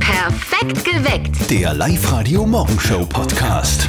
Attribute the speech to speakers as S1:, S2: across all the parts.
S1: Perfekt geweckt.
S2: Der Live-Radio-Morgenshow-Podcast.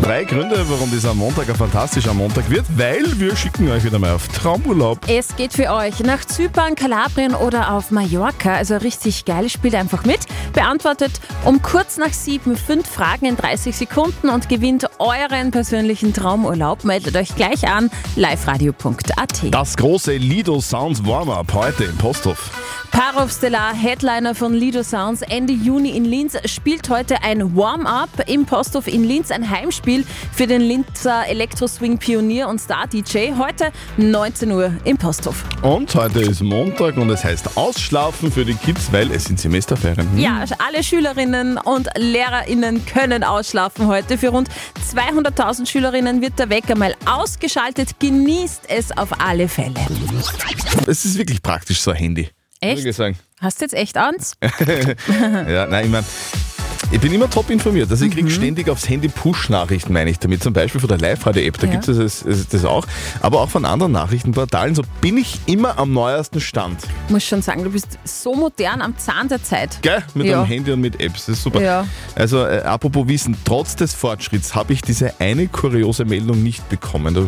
S3: Drei Gründe, warum dieser Montag ein fantastischer Montag wird, weil wir schicken euch wieder mal auf Traumurlaub.
S4: Es geht für euch nach Zypern, Kalabrien oder auf Mallorca. Also richtig geil, spielt einfach mit. Beantwortet um kurz nach sieben fünf Fragen in 30 Sekunden und gewinnt euren persönlichen Traumurlaub. Meldet euch gleich an liveradio.at.
S3: Das große Lido Sounds Warm-Up heute im Posthof.
S4: Parov Stellar, Headliner von Lido Sounds, Ende Juni in Linz, spielt heute ein Warm-Up im Posthof in Linz, ein Heimspiel für den Linzer Elektroswing-Pionier und Star-DJ. Heute 19 Uhr im Posthof.
S3: Und heute ist Montag und es heißt Ausschlafen für die Kids, weil es sind Semesterferien. Hm?
S4: Ja, alle Schülerinnen und LehrerInnen können ausschlafen heute. Für rund 200.000 Schülerinnen wird der Wecker mal ausgeschaltet. Genießt es auf alle Fälle.
S3: Es ist wirklich praktisch, so ein Handy. Muss ich
S4: Echt?
S3: sagen.
S4: Hast du jetzt echt ans?
S3: Ja, nein, ich meine, ich bin immer top informiert. Also ich
S4: Mhm.
S3: kriege ständig aufs Handy Push-Nachrichten, meine ich damit. Zum Beispiel von der Live-Radio-App, da
S4: Ja.
S3: gibt es das, das auch. Aber auch von anderen Nachrichtenportalen. So bin ich immer am neuesten Stand.
S4: Muss schon sagen, du bist so modern am Zahn der Zeit.
S3: Gell? Mit
S4: Ja.
S3: einem Handy und mit Apps. Das ist super.
S4: Ja.
S3: Also, äh, apropos Wissen, trotz des Fortschritts habe ich diese eine kuriose Meldung nicht bekommen. Da-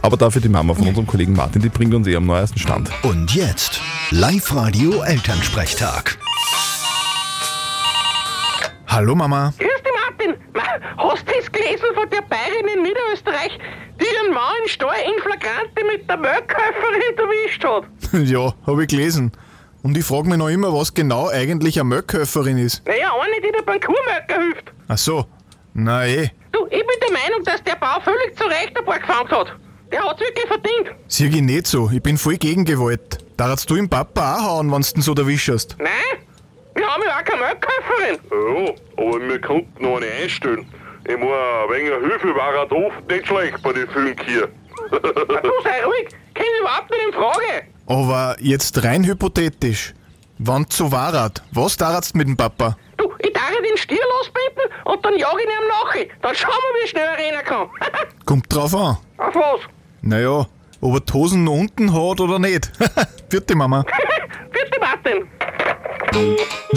S3: Aber dafür die Mama von unserem Kollegen Martin, die bringt uns eh am neuesten Stand.
S2: Und jetzt Live-Radio Elternsprechtag.
S5: Hallo Mama.
S6: Grüß dich, Martin. Ma, Hast du das gelesen von der Bayerin in Niederösterreich, die ihren Mann im Stall in Flagrante mit der Milchkäuferin erwischt hat?
S5: ja, habe ich gelesen. Und ich frage mich noch immer, was genau eigentlich eine Möckköfferin ist.
S6: Naja, eine, die der Bankurmöcker hilft.
S5: Ach so. Na eh.
S6: Du, ich bin der Meinung, dass der Bau völlig zu Recht ein paar gefangen hat. Der hat's wirklich verdient.
S5: Sieh ich nicht so. Ich bin voll gegen Gewalt. Da hat's du im Papa auch hauen, wenn's den so erwischerst.
S6: Nein, wir haben ja auch keine Milchkäuferin.
S7: Ja, aber wir konnten noch eine einstellen. Ich muss ein wenig Hilfe war halt oft nicht schlecht bei den fünf hier.
S6: Du sei ruhig, komm überhaupt nicht in Frage.
S5: Aber jetzt rein hypothetisch. Wann zu Warat? Was darat's mit dem Papa?
S6: Du, ich darf den Stier losbinden und dann jag ich ihn nachher. Dann schauen wir, wie schnell er rennen kann.
S5: Kommt drauf an.
S6: Auf was?
S5: Naja, ob er die Hosen noch unten hat oder nicht. Vierte Mama.
S6: Bitte, Martin.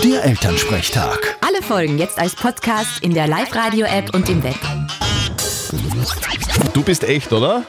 S2: Der Elternsprechtag.
S8: Alle Folgen jetzt als Podcast in der Live-Radio-App und im Web.
S3: Du bist echt, oder?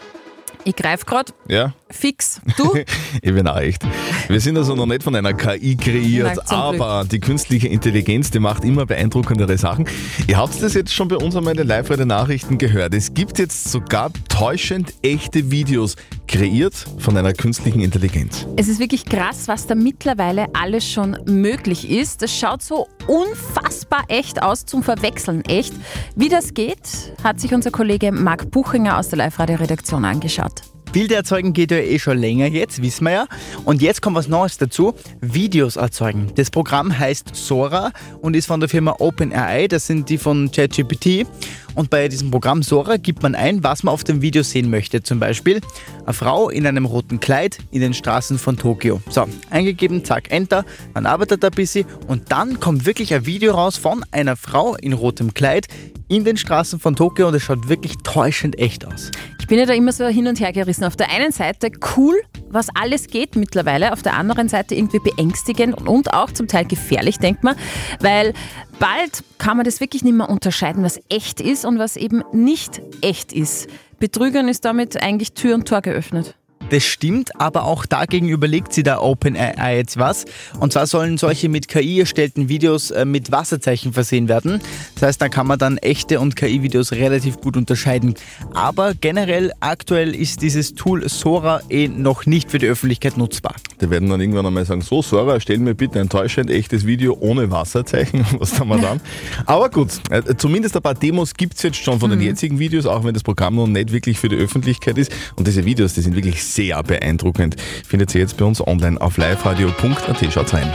S4: Ich greife gerade
S3: Ja.
S4: fix. Du?
S3: Ich bin auch echt. Wir sind also noch nicht von einer KI kreiert,
S4: Nein, zum Glück.
S3: aber die künstliche Intelligenz, die macht immer beeindruckendere Sachen. Ihr habt das jetzt schon bei uns einmal in den live radio nachrichten gehört. Es gibt jetzt sogar täuschend echte Videos, kreiert von einer künstlichen Intelligenz.
S4: Es ist wirklich krass, was da mittlerweile alles schon möglich ist. Das schaut so unfassbar echt aus, zum Verwechseln echt. Wie das geht, hat sich unser Kollege Marc Buchinger aus der Live-Radio-Redaktion angeschaut.
S9: Bilder erzeugen geht ja eh schon länger jetzt, wissen wir ja. Und jetzt kommt was Neues dazu, Videos erzeugen. Das Programm heißt Sora und ist von der Firma OpenAI, das sind die von ChatGPT. Und bei diesem Programm Sora gibt man ein, was man auf dem Video sehen möchte. Zum Beispiel eine Frau in einem roten Kleid in den Straßen von Tokio. So, eingegeben, zack, Enter, man arbeitet ein bisschen und dann kommt wirklich ein Video raus von einer Frau in rotem Kleid in den Straßen von Tokio und es schaut wirklich täuschend echt aus.
S4: Ich bin ja da immer so hin und her gerissen. Auf der einen Seite cool, was alles geht mittlerweile, auf der anderen Seite irgendwie beängstigend und auch zum Teil gefährlich, denkt man, weil bald kann man das wirklich nicht mehr unterscheiden, was echt ist und was eben nicht echt ist. Betrügern ist damit eigentlich Tür und Tor geöffnet.
S9: Das stimmt, aber auch dagegen überlegt sie da OpenAI jetzt was. Und zwar sollen solche mit KI erstellten Videos äh, mit Wasserzeichen versehen werden. Das heißt, da kann man dann echte und KI-Videos relativ gut unterscheiden. Aber generell aktuell ist dieses Tool Sora eh noch nicht für die Öffentlichkeit nutzbar.
S3: Die werden dann irgendwann einmal sagen, so Sora, erstell mir bitte ein täuschend echtes Video ohne Wasserzeichen. Was haben wir dann? Aber gut, äh, zumindest ein paar Demos gibt es jetzt schon von den jetzigen Videos, auch wenn das Programm noch nicht wirklich für die Öffentlichkeit ist. Und diese Videos, die sind wirklich sehr beeindruckend. Findet ihr jetzt bei uns online auf liveradio.at. Schaut rein.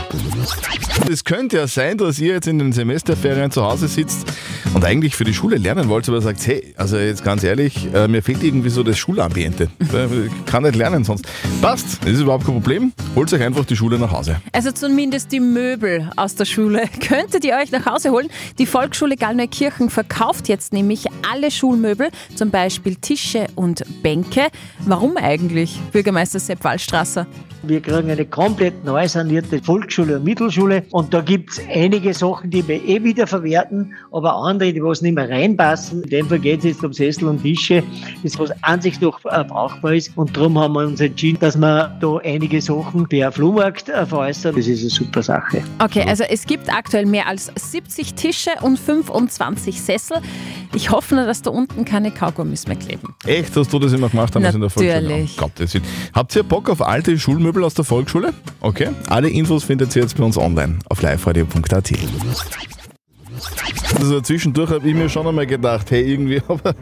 S3: Es könnte ja sein, dass ihr jetzt in den Semesterferien zu Hause sitzt und eigentlich für die Schule lernen wollte, aber sagt, hey, also jetzt ganz ehrlich, äh, mir fehlt irgendwie so das Schulambiente. Äh, Ich kann nicht lernen sonst. Passt, das ist überhaupt kein Problem. Holt euch einfach die Schule nach Hause.
S4: Also zumindest die Möbel aus der Schule könntet ihr euch nach Hause holen. Die Volksschule Gallneukirchen verkauft jetzt nämlich alle Schulmöbel, zum Beispiel Tische und Bänke. Warum eigentlich, Bürgermeister Sepp Wallstrasser?
S1: Wir kriegen eine komplett neu sanierte Volksschule und Mittelschule und da gibt's einige Sachen, die wir eh wieder verwerten, aber andere, die was nicht mehr reinpassen. In dem Fall geht's jetzt um Sessel und Tische, das was an sich noch äh, brauchbar ist und darum haben wir uns entschieden, dass wir da einige Sachen per Flohmarkt äh, veräußern. Das ist eine super Sache.
S4: Okay, also es gibt aktuell mehr als 70 Tische und 25 Sessel. Ich hoffe nur, dass da unten keine Kaugummis mehr kleben.
S3: Echt, hast du das immer gemacht damals in der Volksschule?
S4: Natürlich.
S3: Oh, Gottes Willen. Habt ihr Bock auf alte Schulmöbel aus der Volksschule? Okay. Alle Infos findet ihr jetzt bei uns online auf liveradio.at. Also zwischendurch habe ich mir schon einmal gedacht, hey, irgendwie aber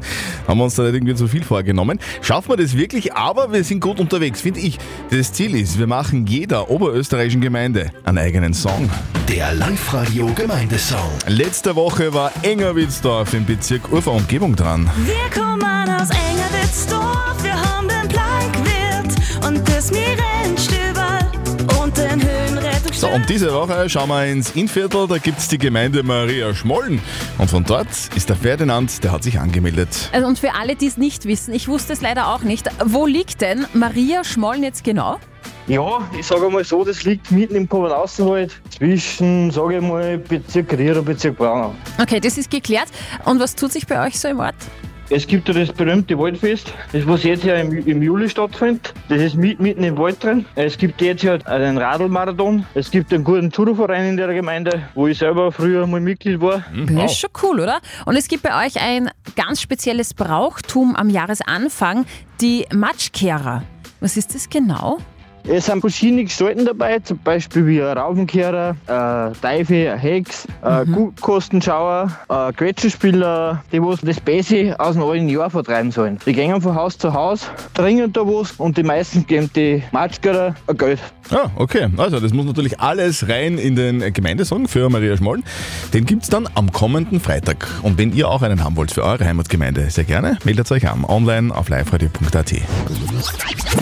S3: haben wir uns da nicht irgendwie zu viel vorgenommen. Schaffen wir das wirklich, aber wir sind gut unterwegs, finde ich. Das Ziel ist, wir machen jeder oberösterreichischen Gemeinde einen eigenen Song.
S2: Der Live-Radio Gemeindesong.
S3: Letzte Woche war Engerwitzdorf im Bezirk Urfa Umgebung dran.
S10: Wir kommen aus Engerwitzdorf, wir haben den Plankwirt und das Mirenstüber und den
S3: So,
S10: Höhenrettungsschirm.
S3: und diese Woche schauen wir ins Innviertel, da gibt es die Gemeinde Maria Schmollen. Und von dort ist der Ferdinand, der hat sich angemeldet.
S4: Also und für alle, die es nicht wissen, ich wusste es leider auch nicht, wo liegt denn Maria Schmollen jetzt genau?
S11: Ja, ich sage mal so, das liegt mitten im Kornaußenwald zwischen, sage ich mal, Bezirk Ried und Bezirk Braunau.
S4: Okay, das ist geklärt. Und was tut sich bei euch so im Ort?
S11: Es gibt ja das berühmte Waldfest, das was jetzt ja im, im Juli stattfindet. Das ist mit, mitten im Wald drin. Es gibt jetzt ja einen Radlmarathon. Es gibt einen guten Tourenverein in der Gemeinde, wo ich selber früher mal Mitglied war.
S4: Das ist schon cool, oder? Und es gibt bei euch ein ganz spezielles Brauchtum am Jahresanfang, die Matschkehrer. Was ist das genau?
S11: Es sind verschiedene Gestalten dabei, zum Beispiel wie ein Raubenkehrer, ein Teufel, ein Hex, ein Gutkostenschauer, ein Quetschenspieler, die was das Beste aus dem alten Jahr vertreiben sollen. Die gehen von Haus zu Haus, trinken da was und die meisten geben die Matschkerer ein Geld.
S3: Ah, okay. Also, das muss natürlich alles rein in den Gemeindesong für Maria Schmollen. Den gibt es dann am kommenden Freitag. Und wenn ihr auch einen haben wollt für eure Heimatgemeinde, sehr gerne, meldet euch an. Online auf liveradio.at.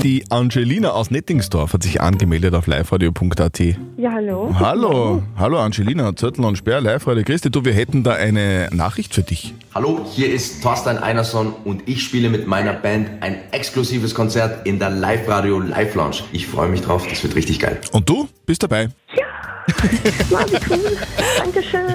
S3: Die Angelina aus Nettingsdorf hat sich angemeldet auf liveradio.at.
S12: Ja, hallo.
S3: Hallo, hallo Angelina, Zürtel und Sperr, Live-Radio Christi. Du, wir hätten da eine Nachricht für dich.
S13: Hallo, hier ist Thorstein Einerson und ich spiele mit meiner Band ein exklusives Konzert in der Live-Radio Live-Lounge. Ich freue mich drauf, das wird richtig geil.
S3: Und du bist dabei.
S12: Äh, Dankeschön.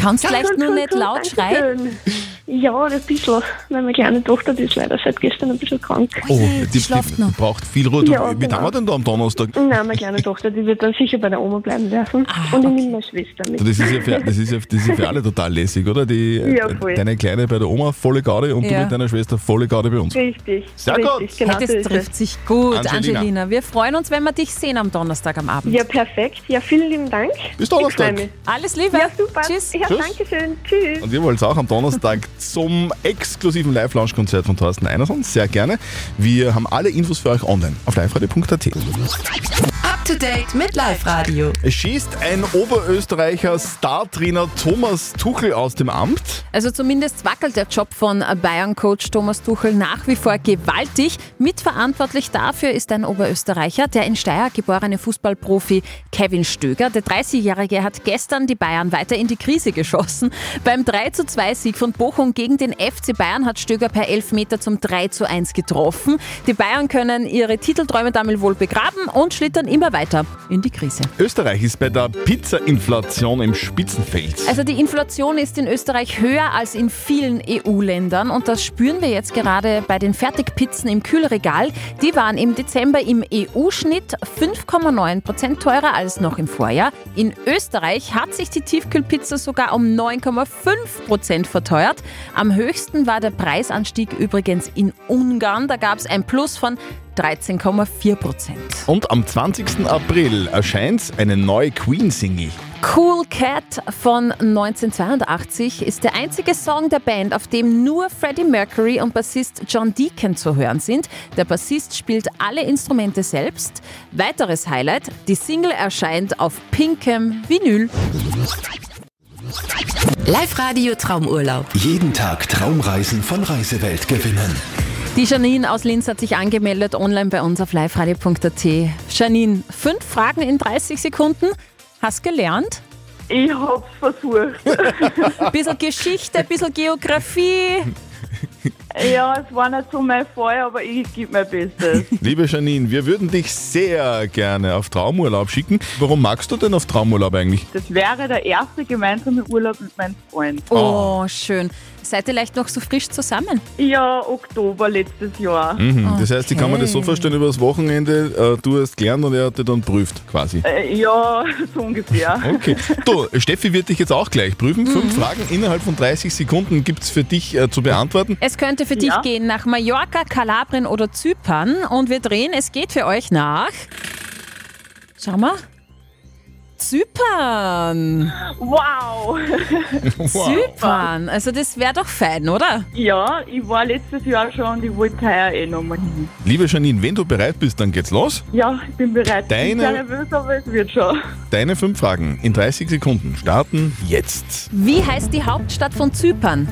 S4: Kannst vielleicht
S12: Cool,
S4: nur
S12: cool,
S4: nicht
S12: cool,
S4: laut schreien?
S12: Dankeschön. Ja, das bisschen. Meine kleine Tochter die ist leider seit gestern ein bisschen krank.
S3: Oh, die,
S4: schlaft
S3: die
S4: noch.
S3: braucht viel Ruhe. Du,
S12: Ja,
S3: wie
S12: genau.
S3: dauert denn da am Donnerstag? Also
S12: Nein, meine kleine Tochter, die wird dann sicher bei der Oma bleiben dürfen. Und ich nehme meine Schwester mit.
S3: Du, Ah, Das ist, ja für, das, ist ja, das ist ja für alle total lässig, oder? Die, äh,
S12: Ja, voll.
S3: deine Kleine bei der Oma volle Garde und du
S4: Ja.
S3: mit deiner Schwester volle Garde bei uns.
S12: Richtig.
S3: Sehr
S12: richtig,
S3: gut.
S12: Genau
S4: hey,
S12: so
S4: das
S12: ist
S4: trifft
S12: es.
S4: sich gut, Angelina.
S3: Angelina.
S4: Wir freuen uns, wenn wir dich sehen am Donnerstag am Abend.
S12: Ja, perfekt. Ja, vielen lieben Dank.
S3: Bis Donnerstag.
S12: Ich freue mich.
S4: Alles Liebe.
S12: Ja, super.
S4: Tschüss.
S12: Ja,
S3: Tschüss.
S12: danke schön. Tschüss.
S3: Und ihr wollt auch am Donnerstag zum exklusiven Live-Lounge-Konzert von Thorsten Einerson. Sehr gerne. Wir haben alle Infos für euch online auf liveradio.at.
S8: Up to date mit Live Radio.
S3: Schießt ein Oberösterreicher Star-Trainer Thomas Tuchel aus dem Amt?
S4: Also zumindest wackelt der Job von Bayern-Coach Thomas Tuchel nach wie vor gewaltig. Mitverantwortlich dafür ist ein Oberösterreicher, der in Steyr geborene Fußballprofi Kevin Stöger. Der 30-Jährige hat gestern die Bayern weiter in die Krise geschossen. Beim 3-2-Sieg von Bochum gegen den FC Bayern hat Stöger per Elfmeter zum 3-1 getroffen. Die Bayern können ihre Titelträume damit wohl begraben und schlittern immer weiter in die Krise.
S3: Österreich ist bei der Pizza-Inflation im Spitzenfeld.
S4: Also die Inflation ist in Österreich höher als in vielen EU-Ländern und das spüren wir jetzt gerade bei den Fertigpizzen im Kühlregal. Die waren im Dezember im E EU-Schnitt 5,9 Prozent teurer als noch im Vorjahr. In Österreich hat sich die Tiefkühlpizza sogar um 9,5 Prozent verteuert. Am höchsten war der Preisanstieg übrigens in Ungarn. Da gab es ein Plus von 13,4 Prozent.
S3: Und am 20. April erscheint eine neue Queen-Single.
S4: Cool Cat von 1982 ist der einzige Song der Band, auf dem nur Freddie Mercury und Bassist John Deacon zu hören sind. Der Bassist spielt alle Instrumente selbst. Weiteres Highlight, die Single erscheint auf pinkem Vinyl.
S8: Live-Radio Traumurlaub.
S2: Jeden Tag Traumreisen von Reisewelt gewinnen.
S4: Die Janine aus Linz hat sich angemeldet online bei uns auf liveradio.at. Janine, fünf Fragen in 30 Sekunden. Hast gelernt?
S12: Ich hab's versucht.
S4: Bisschen Geschichte, bisschen Geografie.
S12: Ja, es war nicht so mein Fall, aber ich gebe mein Bestes.
S3: Liebe Janine, wir würden dich sehr gerne auf Traumurlaub schicken. Warum magst du denn auf Traumurlaub eigentlich?
S12: Das wäre der erste gemeinsame Urlaub mit meinem Freund.
S4: Oh, schön. Seid ihr leicht noch so frisch zusammen?
S12: Ja, Oktober letztes Jahr.
S3: Mhm. Das heißt, ich kann mir das so
S12: Okay.
S3: vorstellen, über das Wochenende, äh, du hast gelernt und er hat dich dann prüft quasi.
S12: Äh, ja, so ungefähr.
S3: Okay. Du, Steffi wird dich jetzt auch gleich prüfen.
S12: Mhm.
S3: Fünf Fragen innerhalb von 30 Sekunden gibt es für dich äh, zu beantworten.
S4: Es könnte für dich gehen nach Mallorca, Kalabrien oder Zypern. Und wir drehen, es geht für euch nach. Schau mal. Zypern.
S12: Wow.
S4: Zypern. Also das wäre doch fein, oder?
S12: Ja, ich war letztes Jahr schon und ich wollte heuer eh nochmal hin.
S3: Liebe Janine, wenn du bereit bist, dann geht's los.
S12: Ja, ich bin bereit. Ich bin
S3: Deine-
S12: sehr nervös, aber es wird schon.
S3: Deine fünf Fragen in 30 Sekunden starten jetzt.
S4: Wie heißt die Hauptstadt von Zypern?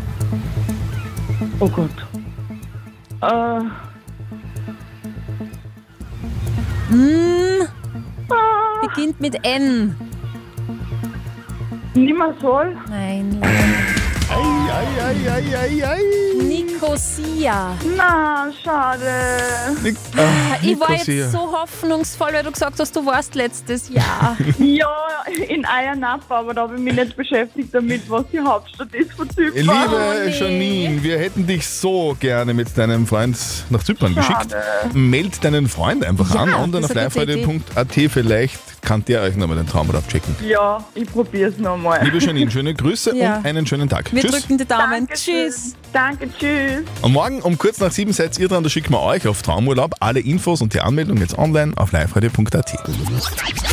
S12: Oh Gott. Äh,
S4: Mm. Beginnt mit N.
S12: Limassol?
S4: Nein.
S3: Eieieiei.
S4: Nicosia.
S12: Na, schade.
S3: Nick,
S4: Ich war jetzt so hoffnungsvoll, weil du gesagt hast, du warst letztes Jahr.
S12: ja, in Ayanapa, aber da habe ich mich nicht beschäftigt damit, was die Hauptstadt ist von Zypern.
S3: Liebe Janine, wir hätten dich so gerne mit deinem Freund nach Zypern geschickt.
S12: Schade.
S3: Meld deinen Freund einfach
S12: Ja,
S3: an und dann
S12: das
S3: auf
S12: ist eine gute
S3: liveradio.at. Vielleicht kann der euch nochmal den Traum abchecken.
S12: Ja, ich probiere es nochmal.
S3: Liebe Janine, schöne Grüße
S12: Ja.
S3: und einen schönen Tag.
S4: Wir
S3: Tschüss.
S4: drücken die Daumen. Tschüss.
S12: Danke, tschüss.
S3: Und morgen um kurz nach sieben seid ihr dran, da schicken wir euch auf Traumurlaub alle Infos und die Anmeldung jetzt online auf liveradio.at.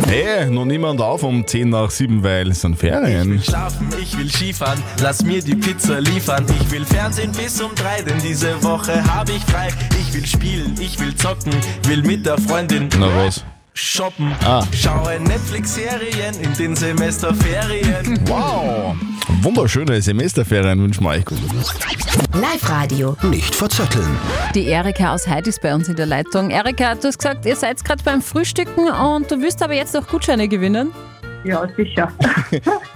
S3: Hey, noch niemand auf um 10 nach 7, weil es sind Ferien.
S14: Schlafen, ich will Skifahren, lass mir die Pizza liefern. Ich will Fernsehen bis um drei, denn diese Woche habe ich frei. Ich will spielen, ich will zocken, will mit der Freundin
S3: Na was?
S14: shoppen.
S3: Ah.
S14: Schaue Netflix-Serien in den Semesterferien.
S3: Wow! Wunderschöne Semesterferien wünschen wir euch.
S8: Live-Radio.
S2: Nicht verzetteln.
S4: Die Erika aus Heid ist bei uns in der Leitung. Erika, du hast gesagt, ihr seid gerade beim Frühstücken und du willst aber jetzt noch Gutscheine gewinnen.
S12: Ja, sicher.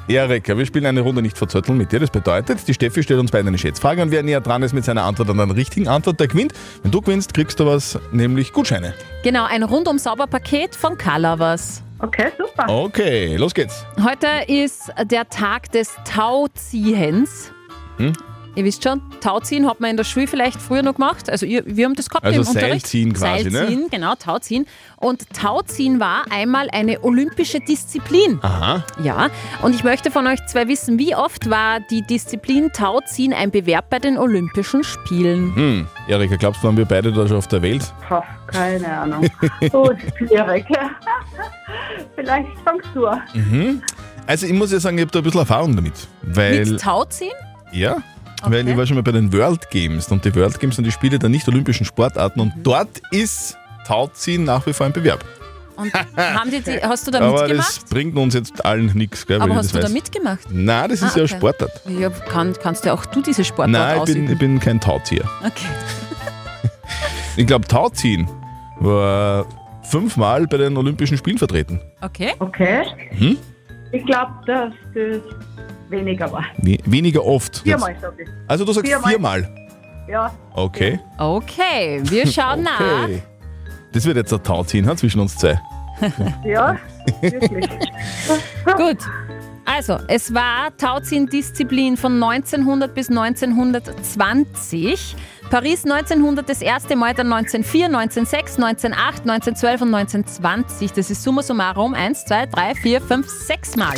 S3: Erika, wir spielen eine Runde nicht verzötteln mit dir. Das bedeutet, die Steffi stellt uns beide eine Schätzfrage und wer näher dran ist mit seiner Antwort an der richtigen Antwort, der gewinnt. Wenn du gewinnst, kriegst du was, nämlich Gutscheine.
S4: Genau, ein rundum sauber Paket von Calavas.
S12: Okay, super.
S3: Oh. Okay, los geht's.
S4: Heute ist der Tag des Tauziehens.
S3: Hm?
S4: Ihr wisst schon, Tauziehen hat man in der Schule vielleicht früher noch gemacht. Also ihr, wir haben das gehabt
S3: Also
S4: im Unterricht.
S3: Seilziehen quasi, ne?
S4: Seilziehen, genau, Tauziehen. Und Tauziehen war einmal eine olympische Disziplin.
S3: Aha.
S4: Ja, und ich möchte von euch zwei wissen, wie oft war die Disziplin Tauziehen ein Bewerb bei den Olympischen Spielen?
S3: Hm, Erika, glaubst du, waren wir beide da schon auf der Welt?
S12: Puh, keine Ahnung. Oh, schwierig. Vielleicht fangst du an.
S3: Mhm. Also ich muss ja sagen, ich habe da ein bisschen Erfahrung damit. Weil,
S4: Mit Tauziehen?
S3: ja, weil ich war schon mal bei den World Games und die World Games sind die Spiele der nicht-olympischen Sportarten und dort ist Tauziehen nach wie vor ein Bewerb.
S4: Und haben die, die, hast du da
S3: Aber
S4: mitgemacht?
S3: das bringt uns jetzt allen nichts, gell?
S4: Aber
S3: wenn
S4: hast
S3: ich
S4: du
S3: das
S4: da
S3: weiß.
S4: mitgemacht?
S3: Nein, das ist
S4: Ah,
S3: ja
S4: okay.
S3: eine Sportart.
S4: Ja, kann, kannst ja auch du diese Sportart
S3: Nein, ich
S4: ausüben.
S3: bin, ich bin kein Tauzieher.
S4: Okay.
S3: Ich glaube, Tauziehen war fünfmal bei den Olympischen Spielen vertreten.
S4: Okay.
S12: Okay.
S3: Hm?
S12: Ich glaube, dass das weniger war.
S3: We- Weniger oft.
S12: Viermal, sag ich.
S3: Also du sagst
S12: Viermal.
S3: viermal.
S12: Ja.
S3: Okay.
S4: Okay, wir schauen
S3: Okay. Das wird jetzt ein Tauziehen ha, zwischen uns zwei.
S4: nach. Ja, wirklich. Gut. Also, es war Tauziehen-Disziplin von 1900 bis 1920. Paris 1900 das erste Mal, dann 1904, 1906, 1908, 1912 und 1920. Das ist summa summarum 1, 2, 3, 4, 5, 6 Mal.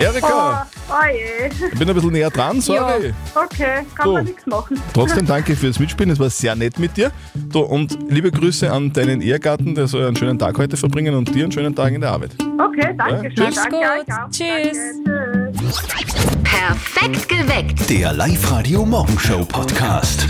S3: Erika,
S12: Oh, oh je.
S3: ich bin ein bisschen näher dran, sorry.
S12: Okay, kann
S3: Du.
S12: man nichts machen.
S3: Trotzdem danke fürs Mitspielen, es war sehr nett mit dir. Du, und liebe Grüße an deinen Ehegatten, der soll einen schönen Tag heute verbringen und dir einen schönen Tag in der Arbeit.
S12: Okay, danke schön.
S3: Tschüss.
S12: Danke, danke. Tschüss. Danke, tschüss.
S8: Perfekt geweckt.
S2: Der Live-Radio Morgenshow Podcast.